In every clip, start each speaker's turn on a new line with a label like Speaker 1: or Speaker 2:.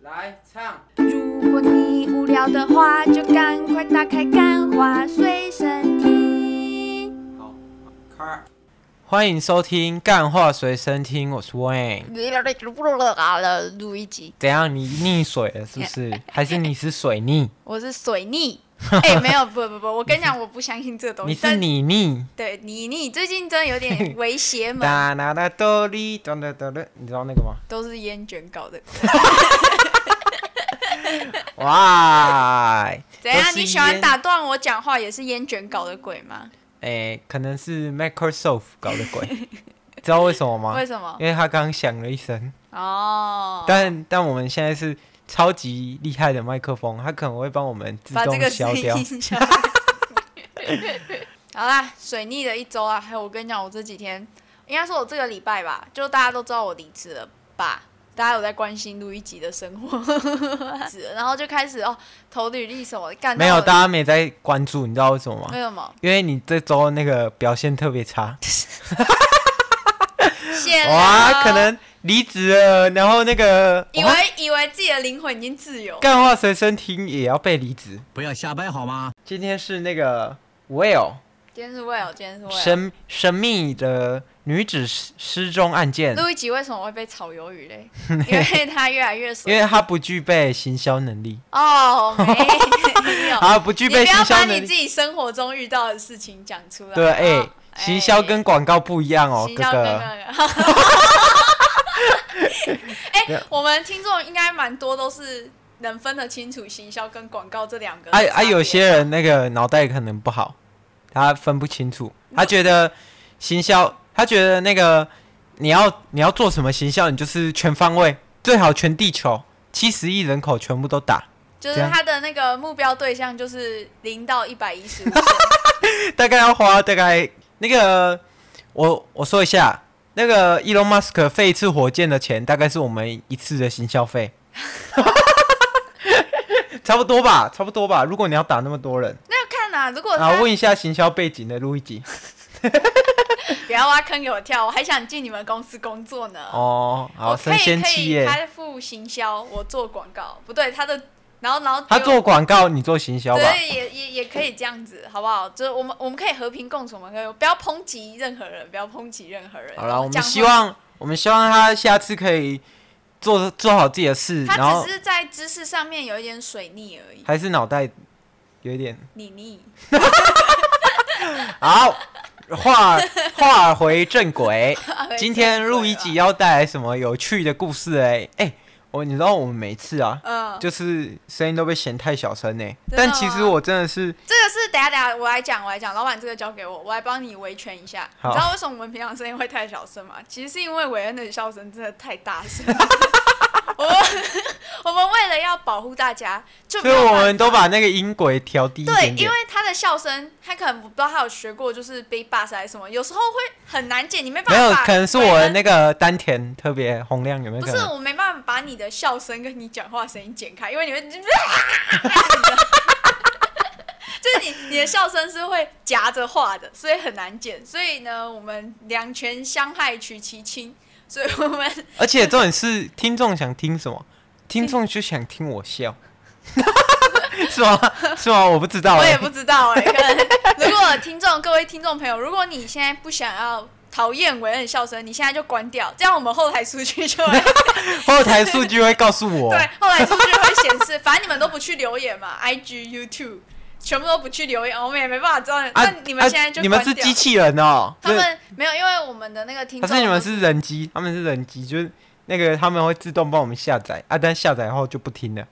Speaker 1: 来唱，
Speaker 2: 如果你无聊的话，就赶快打开《干花随身听》。
Speaker 1: 好，开。
Speaker 3: 欢迎收听《干话随身听》，我是 Wayne。
Speaker 2: 嗯录一集，
Speaker 3: 怎样？你溺水了是不 是？还是你是水逆？
Speaker 2: 我是水逆。 哎、没有，不不不，我跟你讲，我不相信这个东西。
Speaker 3: 你是
Speaker 2: 但
Speaker 3: 你逆？
Speaker 2: 对你你最近真的 有点为邪门，
Speaker 3: 哒啦啦哆哩哒哒哒哒，你知道那 个吗？
Speaker 2: 都是烟卷搞的。
Speaker 3: 哇！
Speaker 2: 怎样？
Speaker 3: 都是
Speaker 2: 你喜欢
Speaker 3: 烟
Speaker 2: 打？断我讲话，也是烟卷搞的鬼吗？
Speaker 3: 哎，可能是 Microsoft 搞的 鬼，知道为什么吗
Speaker 2: 为？什么？
Speaker 3: 因为他刚响了一声，
Speaker 2: 哦，
Speaker 3: 但但我们现在是超级厉害的麦克风，它可能会帮我们自
Speaker 2: 把这
Speaker 3: 动
Speaker 2: 个
Speaker 3: 消
Speaker 2: 声
Speaker 3: 掉。
Speaker 2: 音消好啦，水逆的一周啊，还有我跟你讲，我这几天应该说我这个礼拜吧，就大家都知道我离职了吧。大家有在关心路易吉的生活，是然后就开始哦投履历什么干到嗯
Speaker 3: 没有，
Speaker 2: 我
Speaker 3: 大家没在关注，你知道为什么吗？
Speaker 2: 为什么？
Speaker 3: 因为你这周那个表现特别 差，
Speaker 2: 谢了
Speaker 3: 哇，可能离职了，然后那个
Speaker 2: 以
Speaker 3: 哇
Speaker 2: 为以为自己的灵魂已经自由，
Speaker 3: 干话随身听也要被离职。
Speaker 4: 不要瞎掰好吗？
Speaker 3: 今天是那个 Will
Speaker 2: 今天是 Will，今天是 Will。
Speaker 3: 神神秘的女子失失踪案件，
Speaker 2: 路易吉为什么会被炒鱿 鱼嘞？因为他越来越熟
Speaker 3: 因为她不具备行销能力，
Speaker 2: 哦，没有，
Speaker 3: 啊，不具
Speaker 2: 你
Speaker 3: 备
Speaker 2: 不要
Speaker 3: 行
Speaker 2: 把
Speaker 3: 销能
Speaker 2: 哦你自
Speaker 3: 力。
Speaker 2: 己生活中遇到的事情讲出来。
Speaker 3: 对，
Speaker 2: 好不
Speaker 3: 哎
Speaker 2: 好，
Speaker 3: 行销跟广告不一样哦，
Speaker 2: 行
Speaker 3: 哥
Speaker 2: 销跟
Speaker 3: 哥。
Speaker 2: 那个。啊哎，我们听众应该蛮多都是能分得清楚行销跟广告这两个。
Speaker 3: 啊啊，有些人那个脑袋可能不好，他分不清楚，他觉得行销，他觉得那个你要你要做什么行销，你就是全方位，最好全地球，七十亿人口全部都打，
Speaker 2: 就是
Speaker 3: 这样
Speaker 2: 他的那个目标对象就是零到一百一十 五。
Speaker 3: 大概要花大概那个我我说一下，那个 Elon Musk 飞一次火箭的钱，大概是我们一次的行销费。差不多吧，差不多吧。如果你要打那么多人，
Speaker 2: 那要看啊，如果
Speaker 3: 啊
Speaker 2: 他，
Speaker 3: 问一下行销背景的路易吉。
Speaker 2: 不要挖坑给我跳，我还想进你们公司工作呢。
Speaker 3: 哦，好，
Speaker 2: 我可
Speaker 3: 生
Speaker 2: 以
Speaker 3: 鲜
Speaker 2: 可
Speaker 3: 企
Speaker 2: 以
Speaker 3: 业，
Speaker 2: 开副行销，我做广告，不对，他的，然后然后
Speaker 3: 他
Speaker 2: 丢
Speaker 3: 做广告，你做行销吧。
Speaker 2: 对，也也也可以这样子，好不好？就是我们我们可以和平共处，我们可以不要抨击任何人，不要抨击任何人。
Speaker 3: 好了，我们
Speaker 2: 讲
Speaker 3: 希望我们希望他下次可以做做好自己的事，然
Speaker 2: 他
Speaker 3: 后
Speaker 2: 只是在知识上面有一点水逆而已，
Speaker 3: 还是脑袋有一点
Speaker 2: 你逆。
Speaker 3: 好。话 话回正 轨，
Speaker 2: 啊
Speaker 3: 今天录一集，要带来什么有趣的故事、欸？哎、我你知道我们每次啊，
Speaker 2: 嗯，
Speaker 3: 就是声音都被嫌太小声呢、
Speaker 2: 真的
Speaker 3: 但其实
Speaker 2: 吗
Speaker 3: 我真的是
Speaker 2: 这个是等一下等一下我来讲，我来讲，老板这个交给我，我来帮你维权一下。你
Speaker 3: 好
Speaker 2: 知道为什么我们平常声音会太小声吗？其实是因为韦恩的笑声真的太大声。 我们 我们为了要保护大家，就没
Speaker 3: 所以
Speaker 2: 有
Speaker 3: 我
Speaker 2: 办
Speaker 3: 们
Speaker 2: 法
Speaker 3: 都把那个音轨调低一
Speaker 2: 对，
Speaker 3: 点点
Speaker 2: 因为。他的笑声，他可能不知道他有学过，就是 big bass 还是什么，有时候会很难剪，你没办
Speaker 3: 没
Speaker 2: 法。
Speaker 3: 有，可能是我的那个丹田特别洪亮，有没有
Speaker 2: 不
Speaker 3: 可
Speaker 2: 是
Speaker 3: 能？
Speaker 2: 我没办法把你的笑声跟你讲话声音剪开，因为你会， 就是你你的笑声是会夹着话的，所以很难剪。所以呢，我们两全相害取其轻，所以我们
Speaker 3: 而且重点是，听众想听什么？听众就想听我笑， 是吗？是吗？我不知道、
Speaker 2: 我
Speaker 3: 欸
Speaker 2: 也。不知道哎、可能如果听众各位听众朋友，如果你现在不想要讨厌韦恩的笑声，你现在就关掉，这样我们后台数据就会
Speaker 3: 后台数据会告诉我。
Speaker 2: 对，后来数据会显示， 反正你们都不去留言嘛，IG、YouTube 全部都不去留言，我们也没办法知道。那你们现在就、
Speaker 3: 啊、你们是机？器人哦、
Speaker 2: 他
Speaker 3: 对
Speaker 2: 们没有，因为我们的那个听
Speaker 3: 可
Speaker 2: 众，
Speaker 3: 是你们是人机，他们是人机，就是那个他们会自动帮我们下载啊，但下载后就不听了，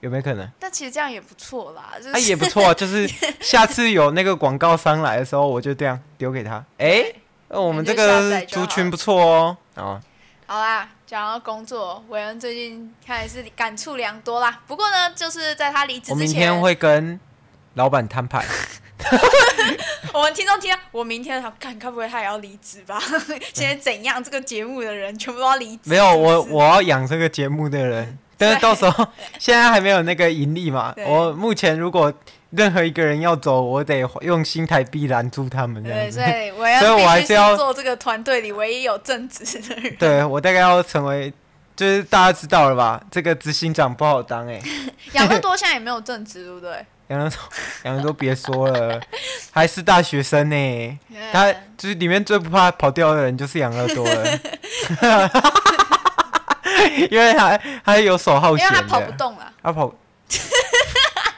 Speaker 3: 有没有可能？
Speaker 2: 但其实这样也不错啦， 就是、
Speaker 3: 啊，也不错啊， 就是下次有那个广告商来的时候，我就这样丢给他。哎、那我们这
Speaker 2: 你就下
Speaker 3: 个
Speaker 2: 载就好
Speaker 3: 族群不错哦、哦，
Speaker 2: 好啦，讲到工作，韦恩最近看来是感触良多啦。不过呢，就是在他离职
Speaker 3: 我
Speaker 2: 之
Speaker 3: 明
Speaker 2: 前，
Speaker 3: 天会跟老板摊 牌。
Speaker 2: 我们听众听到，我明天想看，该不会他也要离职吧？ 现在怎样？这个节目的人全部都要离职？
Speaker 3: 没有，我
Speaker 2: 是不是
Speaker 3: 我要养这个节目的 人，但是到时候现在还没有那个盈利嘛。
Speaker 2: 对
Speaker 3: 我目前如果任何一个人要走，我得用新台币拦住他们这样
Speaker 2: 对，
Speaker 3: 子
Speaker 2: 所。以韦恩
Speaker 3: 所以我
Speaker 2: 必
Speaker 3: 还
Speaker 2: 须
Speaker 3: 是要
Speaker 2: 做这个团队里唯一有正职的人。
Speaker 3: 对我大概要成为就是大家知道了吧？这个执行长不好当哎、
Speaker 2: 养乐多现在也没有正职，对不对？
Speaker 3: 杨洋说：“杨洋都别说了，还是大学生呢、
Speaker 2: 啊
Speaker 3: 他就是里面最不怕跑掉的人就是养乐多 了，因为他他有手好
Speaker 2: 因为
Speaker 3: 闲的，
Speaker 2: 他跑不动了。
Speaker 3: 他跑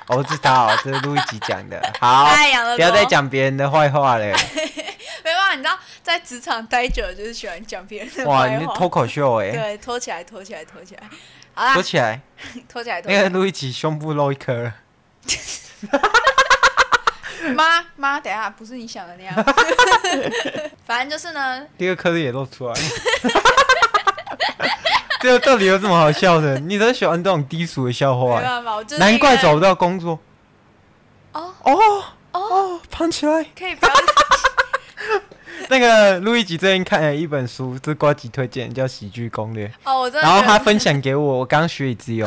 Speaker 3: 哦，知道，这是录一集讲的。好，
Speaker 2: 哎，养乐多，
Speaker 3: 不要再，讲别人的坏话 了。
Speaker 2: 没办法，你知道在职场待久了就是喜欢讲别人的
Speaker 3: 哇，
Speaker 2: 坏
Speaker 3: 你
Speaker 2: 话
Speaker 3: 脱口秀哎、
Speaker 2: 对，拖起来，拖起来，拖起来。好啦
Speaker 3: 说，起来，
Speaker 2: 啊拖起来，拖起
Speaker 3: 那个
Speaker 2: 来。
Speaker 3: 录一集胸部露一颗了。
Speaker 2: 妈妈，等一下，不是你想的 那样。反正就是呢，
Speaker 3: 第二颗也露出来。 这到底有什么好笑的？你都喜欢这种低俗的笑
Speaker 2: 没
Speaker 3: 话、
Speaker 2: 办法，我就是
Speaker 3: 难怪
Speaker 2: 一个
Speaker 3: 找不到工作。
Speaker 2: 哦
Speaker 3: 哦
Speaker 2: 哦，
Speaker 3: 哦，胖起来！
Speaker 2: 可以不要
Speaker 3: 那个路易吉最近看了一本书，这瓜吉推荐，叫《喜剧攻略》，
Speaker 2: 哦，我真的
Speaker 3: 然后
Speaker 2: 觉
Speaker 3: 他
Speaker 2: 得
Speaker 3: 分享给我，我刚学以致 用。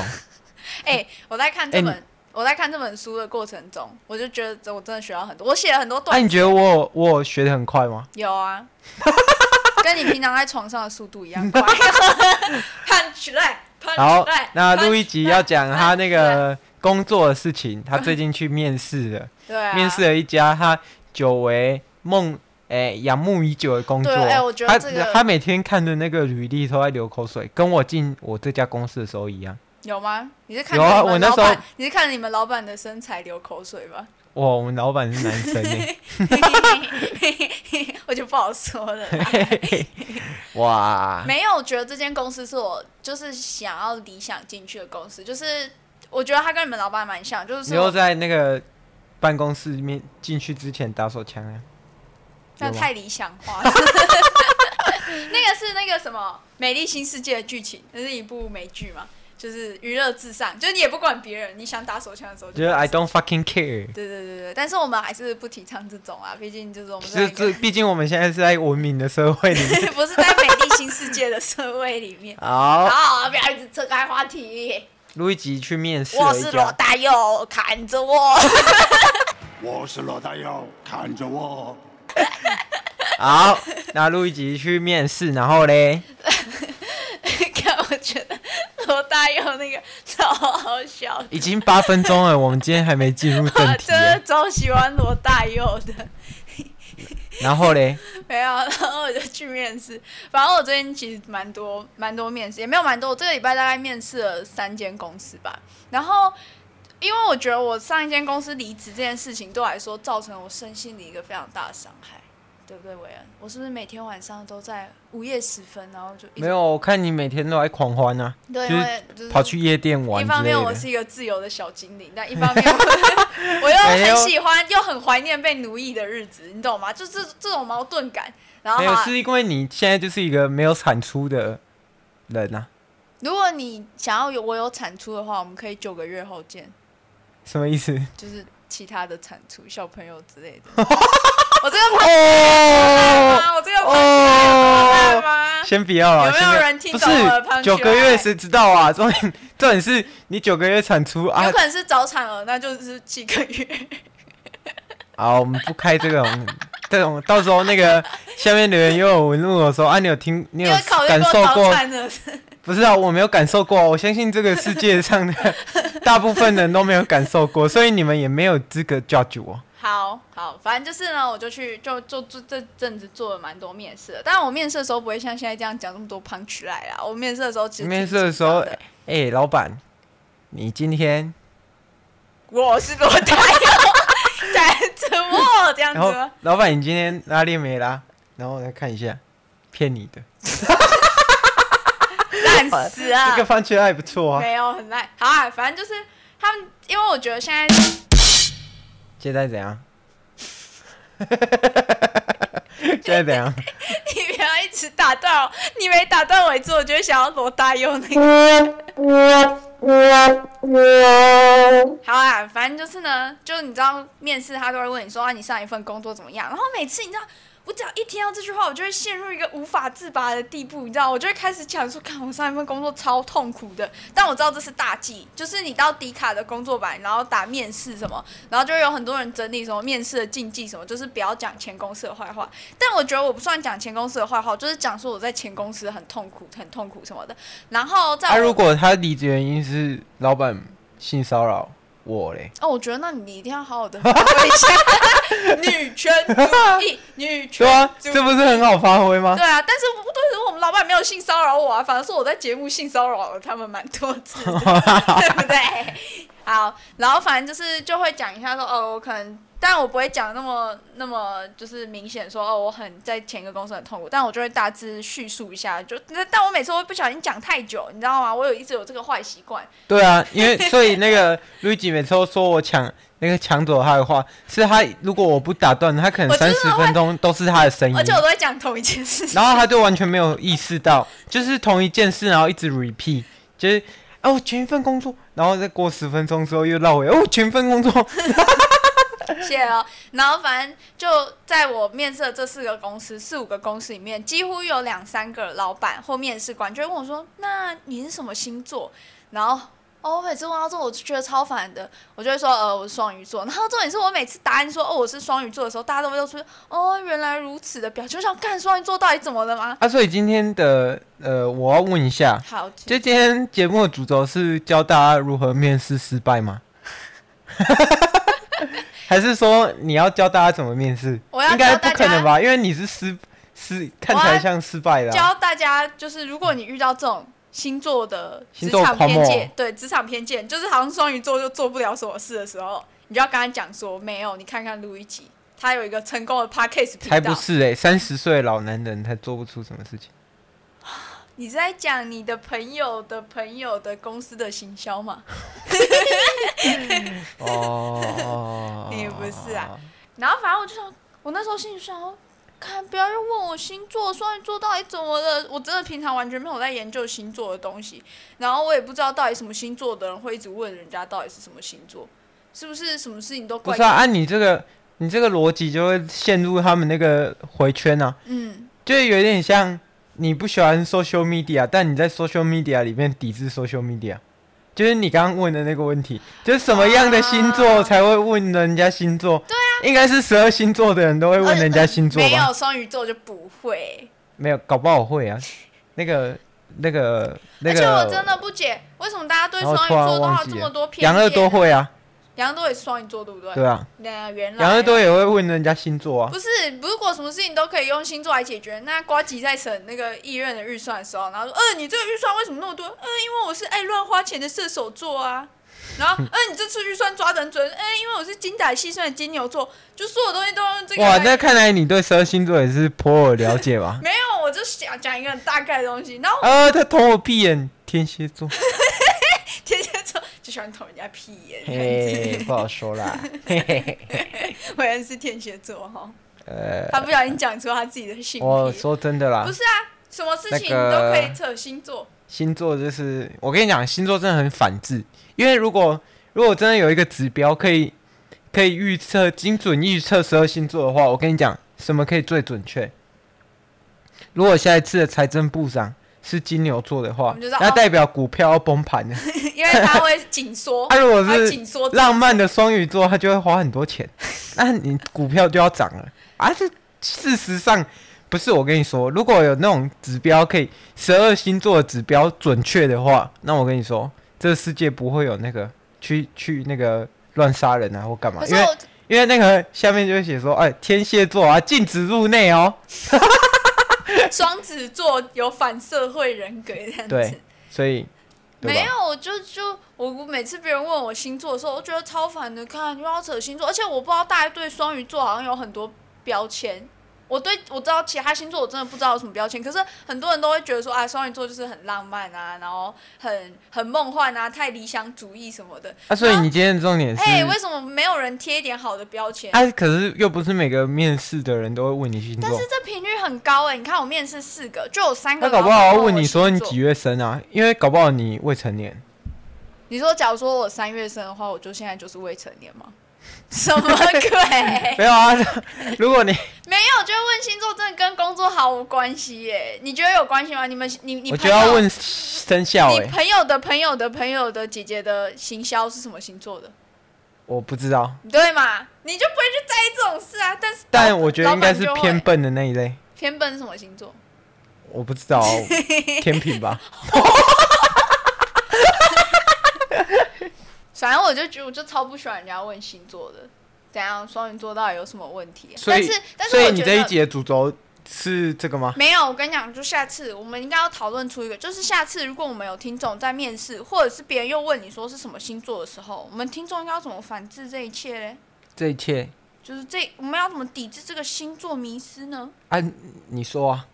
Speaker 2: 哎、我在看这
Speaker 3: 哎
Speaker 2: 本、我在看这本书的过程中，我就觉得我真的学到很多，我写了很多
Speaker 3: 那、
Speaker 2: 段、
Speaker 3: 你觉得我有我有学的很快吗？
Speaker 2: 有啊，跟你平常在床上的速度一样快，看起来，看
Speaker 3: 好
Speaker 2: 起来，。
Speaker 3: 那
Speaker 2: 看
Speaker 3: 路易吉要讲他那
Speaker 2: 看起
Speaker 3: 个工作的事情，他最近去面试了，
Speaker 2: 对、啊、
Speaker 3: 面试了一家他久违梦诶仰慕已久的工作。
Speaker 2: 对哎我觉得这个
Speaker 3: 他他每天看的那个履历都在流口水，跟我进我这家公司的时候一样。
Speaker 2: 有吗？你是看
Speaker 3: 有啊
Speaker 2: 着你们
Speaker 3: 我那
Speaker 2: 老
Speaker 3: 时候
Speaker 2: 板，你是看着你们老板的身材流口水吧？
Speaker 3: 哇，我们老板是男生欸呢。
Speaker 2: 我就不好说了啦。
Speaker 3: 哇，
Speaker 2: 没有，我觉得这间公司是我就是想要理想进去的公司，就是我觉得他跟你们老板蛮像，就是
Speaker 3: 你
Speaker 2: 我
Speaker 3: 又在那个办公室里面进去之前打手枪啊？
Speaker 2: 那
Speaker 3: 有吗
Speaker 2: 太理想 化了。那个是那个什么《美丽新世界》的剧情，那是一部美剧嘛，就是娱乐至上，就是你也不管别人，你想打手枪的时候
Speaker 3: 就
Speaker 2: 就。
Speaker 3: 是 I don't fucking care。
Speaker 2: 对对对对，但是我们还是不提倡这种啊，毕竟就是我们
Speaker 3: 这
Speaker 2: 在一
Speaker 3: 这，
Speaker 2: 个
Speaker 3: 毕竟我们现在是在文明的社会里面。。
Speaker 2: 不是在美丽新世界的社会里面
Speaker 3: 好，
Speaker 2: 好，不要一直扯开话题。
Speaker 3: 录一集去面试
Speaker 2: 我
Speaker 3: 了一
Speaker 2: 是罗
Speaker 3: 家，
Speaker 2: 大佑，砍着我。
Speaker 4: 我是罗大佑，看着我。
Speaker 3: 好，那录一集去面试，然后嘞，
Speaker 2: 看，我觉得罗大佑那个超好笑的。
Speaker 3: 已经八分钟了，我们今天还没进入正
Speaker 2: 我
Speaker 3: 题啊
Speaker 2: 真
Speaker 3: 耶
Speaker 2: 的，超喜欢罗大佑的。
Speaker 3: 然后嘞，
Speaker 2: 没有， 然后我就去面试。反正我最近其实蛮多蛮多面试，也没有蛮多，我这个礼拜大概面试了三间公司吧。然后，因为我觉得我上一间公司离职这件事情对我来说造成我身心里一个非常大的伤害，对不对，韦恩？我是不是每天晚上都在午夜时分，然后就一直
Speaker 3: 没有，我看你每天都在狂欢啊，
Speaker 2: 对，
Speaker 3: 就
Speaker 2: 因
Speaker 3: 是
Speaker 2: 为就是
Speaker 3: 跑去夜店玩
Speaker 2: 一
Speaker 3: 之
Speaker 2: 方
Speaker 3: 类
Speaker 2: 面我
Speaker 3: 的。
Speaker 2: 是一个自由的小精灵，但一方面 我我又很喜欢又很怀念被奴役的日子，你懂吗？就这这种矛盾感。然后
Speaker 3: 没有，
Speaker 2: 好啊
Speaker 3: 是因为你现在就是一个没有产出的人啊，
Speaker 2: 如果你想要有我有产出的话，我们可以九个月后见，
Speaker 3: 什么意思？
Speaker 2: 就是其他的产出，小朋友 之类的。我这个啊
Speaker 3: 哦
Speaker 2: 吗？我这个
Speaker 3: 哦
Speaker 2: 拍吗？
Speaker 3: 先不要了，
Speaker 2: 有没有
Speaker 3: 先不要
Speaker 2: 人听
Speaker 3: 不
Speaker 2: 懂我的
Speaker 3: 是
Speaker 2: 胖
Speaker 3: 九
Speaker 2: 起
Speaker 3: 个
Speaker 2: 来
Speaker 3: 月谁知道啊？重点重点是你九个月产出啊
Speaker 2: 有，可能是早产儿，那就是几个月。
Speaker 3: 好，我们不开这种这种，到时候那个下面留言又有文录我说啊，你有听你
Speaker 2: 你
Speaker 3: 有
Speaker 2: 有考虑
Speaker 3: 感受
Speaker 2: 早
Speaker 3: 过？
Speaker 2: 产儿？
Speaker 3: 不是啊，我没有感受过啊，我相信这个世界上的 大部分人都没有感受过，所以你们也没有资格 judge 我。
Speaker 2: 好好，反正就是呢，我就去就就就这阵子做了蛮多面试的，但我面试的时候不会像现在这样讲那么多 punch 来啦。我面试的时候其实
Speaker 3: 面
Speaker 2: 挺
Speaker 3: 试的
Speaker 2: 紧
Speaker 3: 时候，
Speaker 2: 张
Speaker 3: 哎、老板，你今天
Speaker 2: 我是罗大佑， 带着我这样子
Speaker 3: 然后
Speaker 2: 吗？
Speaker 3: 老板，你今天拉链没拉？然后我来看一下，骗你的，
Speaker 2: 烂死啊
Speaker 3: 这个！番茄还不错啊。
Speaker 2: 没有很烂，好啊，反正就是他们，因为我觉得现在
Speaker 3: 现在怎样？现在怎 样？
Speaker 2: 你不要一直打断我，你没打断我一次，我就会想要罗大佑那个。好啊，反正就是呢，就你知道面试他都会问你说啊，你上一份工作怎么样？然后每次你知道我只要一听到这句话，我就会陷入一个无法自拔的地步，你知道，我就会开始想说，看我上一份工作超痛苦的，但我知道这是大忌，就是你到迪卡的工作版，然后打面试什么，然后就会有很多人整理什么面试的禁忌什么，就是不要讲前公司的坏话。但我觉得我不算讲前公司的坏话，我就是讲说我在前公司很痛苦，很痛苦什么的。然后在
Speaker 3: 啊，
Speaker 2: 我
Speaker 3: 如果他离职原因是老板性骚扰我嘞，
Speaker 2: 哦，我觉得那你一定要好好的发挥一下女权主义，女 权
Speaker 3: 对啊，
Speaker 2: 主义
Speaker 3: 这不是很好发挥吗？
Speaker 2: 对啊，但是不对，我们老板没有性骚扰我啊，反而是我在节目性骚扰了他们蛮多次 的，对不对？好，然后反正就是就会讲一下说，哦，我可能，但我不会讲那么那么就是明显说，哦，我很在前一个公司很痛苦，但我就会大致叙述一下，就但但我每次会不小心讲太久，你知道吗？我有一直有这个坏习惯，
Speaker 3: 对啊，因为所以那 个路易吉每次都说我抢那个抢走他的话，是他如果我不打断他，可能
Speaker 2: 我真
Speaker 3: 三
Speaker 2: 的
Speaker 3: 十分钟都是他的声音
Speaker 2: 而，且我都会讲同一件事情。
Speaker 3: 然后他就完全没有意识到，就是同一件事，然后一直 repeat，就是啊我前一份工作，然后再过十分钟之后又绕回哦我前一份工作，
Speaker 2: 谢谢哦。然后反正就在我面试的这四个公司、四五个公司里面，几乎有两三个老板或面试官就会问我说：“那你是什么星座？”然后。哦，我每次问到这，我就觉得超烦的。我就会说，呃，我是双鱼座。然后重点是我每次答案说，哦，我是双鱼座的时候，大家都会露出，哦，原来如此的表情。我想，干双鱼座到底怎么了吗？
Speaker 3: 啊，所以今天的呃，我要问一下，
Speaker 2: 好，
Speaker 3: 就今天节目的主轴是教大家如何面试失败吗？ 还是说你要教大家怎么面试？
Speaker 2: 我要
Speaker 3: 应该不可能吧，因为你是失失看起来像失败的啊、
Speaker 2: 教大家，就是如果你遇到这种星座的职
Speaker 3: 星座
Speaker 2: 场
Speaker 3: 狂
Speaker 2: 偏
Speaker 3: 魔
Speaker 2: 见，对职场偏见，就是好像双鱼座就做不了什么事的时候，你就要跟他讲说，没有，你看看路易吉，他有一个成功的 podcast
Speaker 3: 才
Speaker 2: 频
Speaker 3: 不
Speaker 2: 道。
Speaker 3: 是哎、欸，三十岁的老男人才做不出什么事情。
Speaker 2: 你是在讲你的朋友的朋友的公司的行销吗？
Speaker 3: 哦
Speaker 2: 你不是啊。然后反正我就想，我那时候心里想说。看，不要又问我星座，双鱼座到底怎么了？我真的平常完全没有在研究星座的东西，然后我也不知道到底什么星座的人会一直问人家到底是什么星座，是不是什么事情都
Speaker 3: 不
Speaker 2: 怪
Speaker 3: 是啊，按你这个你这个逻辑就会陷入他们那个回圈啊，
Speaker 2: 嗯，
Speaker 3: 就有点像你不喜欢 social media，但你在 social media 里面抵制 social media，就是你刚刚问的那个问题，就是什么样的星
Speaker 2: 啊
Speaker 3: 座才会问人家星座？对啊，应该是十二星座的人都会问人家星座吧？
Speaker 2: 呃没有双鱼座就不会。
Speaker 3: 没有，搞不好我会啊。那个、那个、那
Speaker 2: 而且我真
Speaker 3: 个，
Speaker 2: 的不解，为什么大家对
Speaker 3: 然后
Speaker 2: 双鱼
Speaker 3: 突然
Speaker 2: 座都
Speaker 3: 忘
Speaker 2: 有
Speaker 3: 记
Speaker 2: 这么
Speaker 3: 了
Speaker 2: 多偏见？
Speaker 3: 杨乐多，会啊，
Speaker 2: 杨乐多也是双鱼座，对不对？
Speaker 3: 对啊，
Speaker 2: 那原来
Speaker 3: 杨乐多也会问人家星座啊。
Speaker 2: 不是，如果什么事情都可以用星座来解决，那瓜吉在审那个议院的预算的时候，然后说，呃，你这个预算为什么那么多？呃，因为我是爱乱花钱的射手 座啊。然后，呃，你这次预算抓得很准，呃，因为我是精打细算的金牛座，就所有东西都用这个
Speaker 3: 哇，
Speaker 2: 来
Speaker 3: 那看来你对十二星座也是颇有了解吧
Speaker 2: ？没有，我就想讲一个很大概的东西，然后
Speaker 3: 啊，他捅我屁眼，天蝎 座。
Speaker 2: 天蝎座就喜欢捅人家屁眼，
Speaker 3: 嘿，不好说 啦。嘿嘿嘿。
Speaker 2: 果然是天蝎座哈、
Speaker 3: 呃，
Speaker 2: 他不小心讲出他自己的性
Speaker 3: 我
Speaker 2: 癖，
Speaker 3: 说真的啦
Speaker 2: 不，是啊，什么事情
Speaker 3: 那
Speaker 2: 都
Speaker 3: 个
Speaker 2: 可以扯星座，
Speaker 3: 星座就是我跟你讲，星座真的很反智，因为如果如果真的有一个指标可以可以预测精准预测十二星座的话，我跟你讲，什么可以最准确？如果下一次的财政部长是金牛座的
Speaker 2: 我
Speaker 3: 话
Speaker 2: 们就知道，
Speaker 3: 那
Speaker 2: 哦
Speaker 3: 代表股票要崩盘了。
Speaker 2: 因为他会 紧缩，
Speaker 3: 啊，如果
Speaker 2: 他
Speaker 3: 是
Speaker 2: 紧缩自己
Speaker 3: 浪漫的双鱼座，他就会花很多 钱，那你股票就要涨了。而、啊、是事实上，不是我跟你说，如果有那种指标可以十二星座的指标准确的话，那我跟你说，这个世界不会有那个去去那个乱杀人啊或干嘛
Speaker 2: 可，是
Speaker 3: 因为
Speaker 2: 我
Speaker 3: 因为那个下面就会写说，哎，天蝎座啊，禁止入内哦。
Speaker 2: 双子座有反社会人格这样子
Speaker 3: 对。所以，对
Speaker 2: 没
Speaker 3: 吧？
Speaker 2: 有，我就就我我每次别人问我星座的时候，我觉得超烦的，看又要扯星座，而且我不知道大家对双鱼座好像有很多标签。我对我知道其他星座我真的不知道有什么标签，可是很多人都会觉得说啊，双鱼座就是很浪漫啊，然后很很梦幻啊，太理想主义什么的。
Speaker 3: 啊，所以你今天的重点是，
Speaker 2: 哎、为什么没有人贴一点好的标签？
Speaker 3: 啊，可是又不是每个面试的人都会问你星座。
Speaker 2: 但是这频率很高哎、你看我面试四个，就有三
Speaker 3: 他
Speaker 2: 个
Speaker 3: 搞
Speaker 2: 老
Speaker 3: 不
Speaker 2: 板
Speaker 3: 好要
Speaker 2: 我哎
Speaker 3: 问你说
Speaker 2: 星
Speaker 3: 你
Speaker 2: 座
Speaker 3: 几月生啊？因为搞不好你未成年。
Speaker 2: 你说，假如说我三月生的话，我就现在就是未成年吗？ 什么鬼？
Speaker 3: 没有啊， 如果你
Speaker 2: 没有，我觉得问星座真的跟工作毫无关系耶。你觉得有关系吗？你们你你
Speaker 3: 我
Speaker 2: 朋
Speaker 3: 就要
Speaker 2: 友
Speaker 3: 问生肖哎、
Speaker 2: 你朋友的朋友的朋友的姐姐的行销是什么星座的？
Speaker 3: 我不知道，
Speaker 2: 对嘛？你就不会去在意这种事啊。但是
Speaker 3: 但
Speaker 2: 老
Speaker 3: 我觉得
Speaker 2: 老
Speaker 3: 应该
Speaker 2: 板
Speaker 3: 是
Speaker 2: 就会
Speaker 3: 偏笨的那一类，
Speaker 2: 偏笨是什么星座？
Speaker 3: 我不知 道、天平吧？
Speaker 2: 反正我就觉得我就超不喜欢人家问星座的。怎样？双鱼座到底有什么问题啊、
Speaker 3: 所
Speaker 2: 但
Speaker 3: 以
Speaker 2: 是但是
Speaker 3: 所
Speaker 2: 我
Speaker 3: 以
Speaker 2: 觉
Speaker 3: 你
Speaker 2: 得
Speaker 3: 这一集的主轴是这个 吗？
Speaker 2: 没有，我跟你讲，就下次我们应该要讨论出一个，就是下次如果我们有听众在面试，或者是别人又问你说是什么星座的时候，我们听众应该要怎么反制这一切嘞？
Speaker 3: 这一切
Speaker 2: 就是这我们要怎么抵制这个星座迷失呢？
Speaker 3: 啊，你说啊，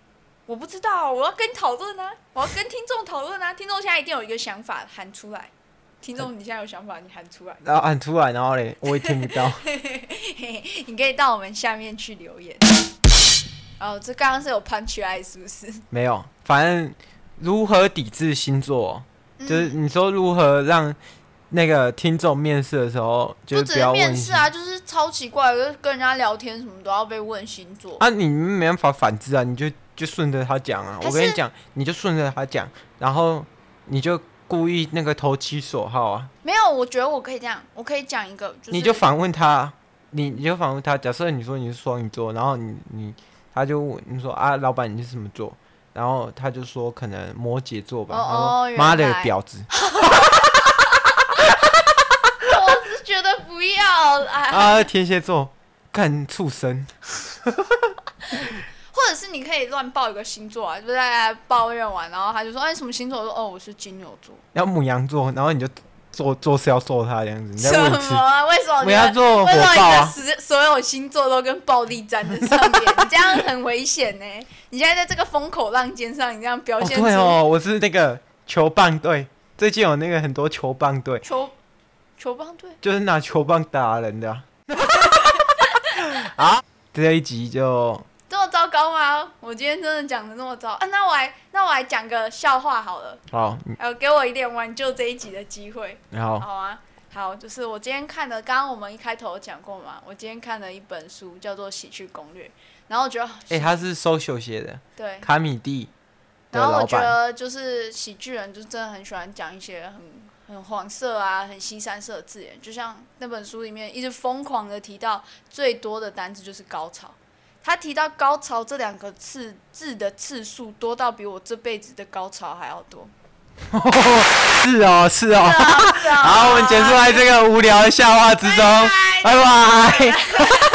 Speaker 2: 我不知道，我要跟你讨论啊，我要跟听众讨论啊，听众现在一定有一个想法喊出来，听众你现在有想法你喊出来，
Speaker 3: 然后按出来，啊然后嘞，我也听不到。
Speaker 2: 嘿嘿，你可以到我们下面去留言。哦，这刚刚是有 punch line 是不是？
Speaker 3: 没有，反正如何抵制星座，哦就是
Speaker 2: 嗯
Speaker 3: 你说如何让那个听众面试的时候，就
Speaker 2: 不
Speaker 3: 是
Speaker 2: 只
Speaker 3: 不
Speaker 2: 是
Speaker 3: 要问
Speaker 2: 面试啊，就是超奇怪，就是跟人家聊天什么都要被问星座。
Speaker 3: 啊，你没办法反制啊，你就就顺着他讲啊。
Speaker 2: 还
Speaker 3: 我跟你
Speaker 2: 是
Speaker 3: 讲，你就顺着他讲，然后你就故意那个投其所好啊，
Speaker 2: 没有，我觉得我可以这样，我可以讲一个，就是
Speaker 3: 你就反问他，你你就反问他。假设你说你是双鱼座，然后你你他就问你说啊，老板你是什么座？然后他就说可能摩羯座吧。
Speaker 2: 哦
Speaker 3: 他
Speaker 2: 哦
Speaker 3: 说
Speaker 2: 原
Speaker 3: 妈的
Speaker 2: 来
Speaker 3: 婊 子
Speaker 2: 我是觉得不要啦，
Speaker 3: 啊，天蝎座干畜生。
Speaker 2: 或者是你可以乱报一个星座啊，就是大家抱怨完，然后他就说哎什么星座？我说哦我是金牛座，
Speaker 3: 然后母羊座，然后你就做做事要揍他这样子，你再
Speaker 2: 什
Speaker 3: 问一次
Speaker 2: 么。啊？为什么
Speaker 3: 母
Speaker 2: 你
Speaker 3: 羊
Speaker 2: 的？
Speaker 3: 座火
Speaker 2: 为什
Speaker 3: 爆
Speaker 2: 么你的
Speaker 3: 啊！
Speaker 2: 所所有星座都跟暴力沾在上面？你这样很危险呢、你现在在这个风口浪尖上，你这样表
Speaker 3: 哦，
Speaker 2: 现出
Speaker 3: 对哦，我是那个球棒队，最近有那个很多球棒队，
Speaker 2: 球球棒队。
Speaker 3: 就是拿球棒打人 的啊。好，这一集就
Speaker 2: 这么糟糕吗？我今天真的讲的这么糟啊？那我还那我还讲个笑话好了，
Speaker 3: 好，嗯
Speaker 2: 呃，给我一点挽救这一集的机会，
Speaker 3: 好，
Speaker 2: 好啊。好，就是我今天看的，刚刚我们一开头有讲过嘛，我今天看了一本书叫做《喜剧攻略》，然后我觉得、
Speaker 3: 哎、他是 social 写的，
Speaker 2: 对，
Speaker 3: 卡米蒂的
Speaker 2: 然后我
Speaker 3: 老
Speaker 2: 觉
Speaker 3: 板，
Speaker 2: 得就是喜剧人就真的很喜欢讲一些很很黄色啊、很西三色的字眼，就像那本书里面一直疯狂的提到最多的单字就是高潮。他提到高潮这两个次字的次数多到比我这辈子的高潮还要多。
Speaker 3: 是哦，是哦。
Speaker 2: 是啊是啊
Speaker 3: 好，我们结束在这个无聊的笑话之中，
Speaker 2: 拜拜
Speaker 3: 拜拜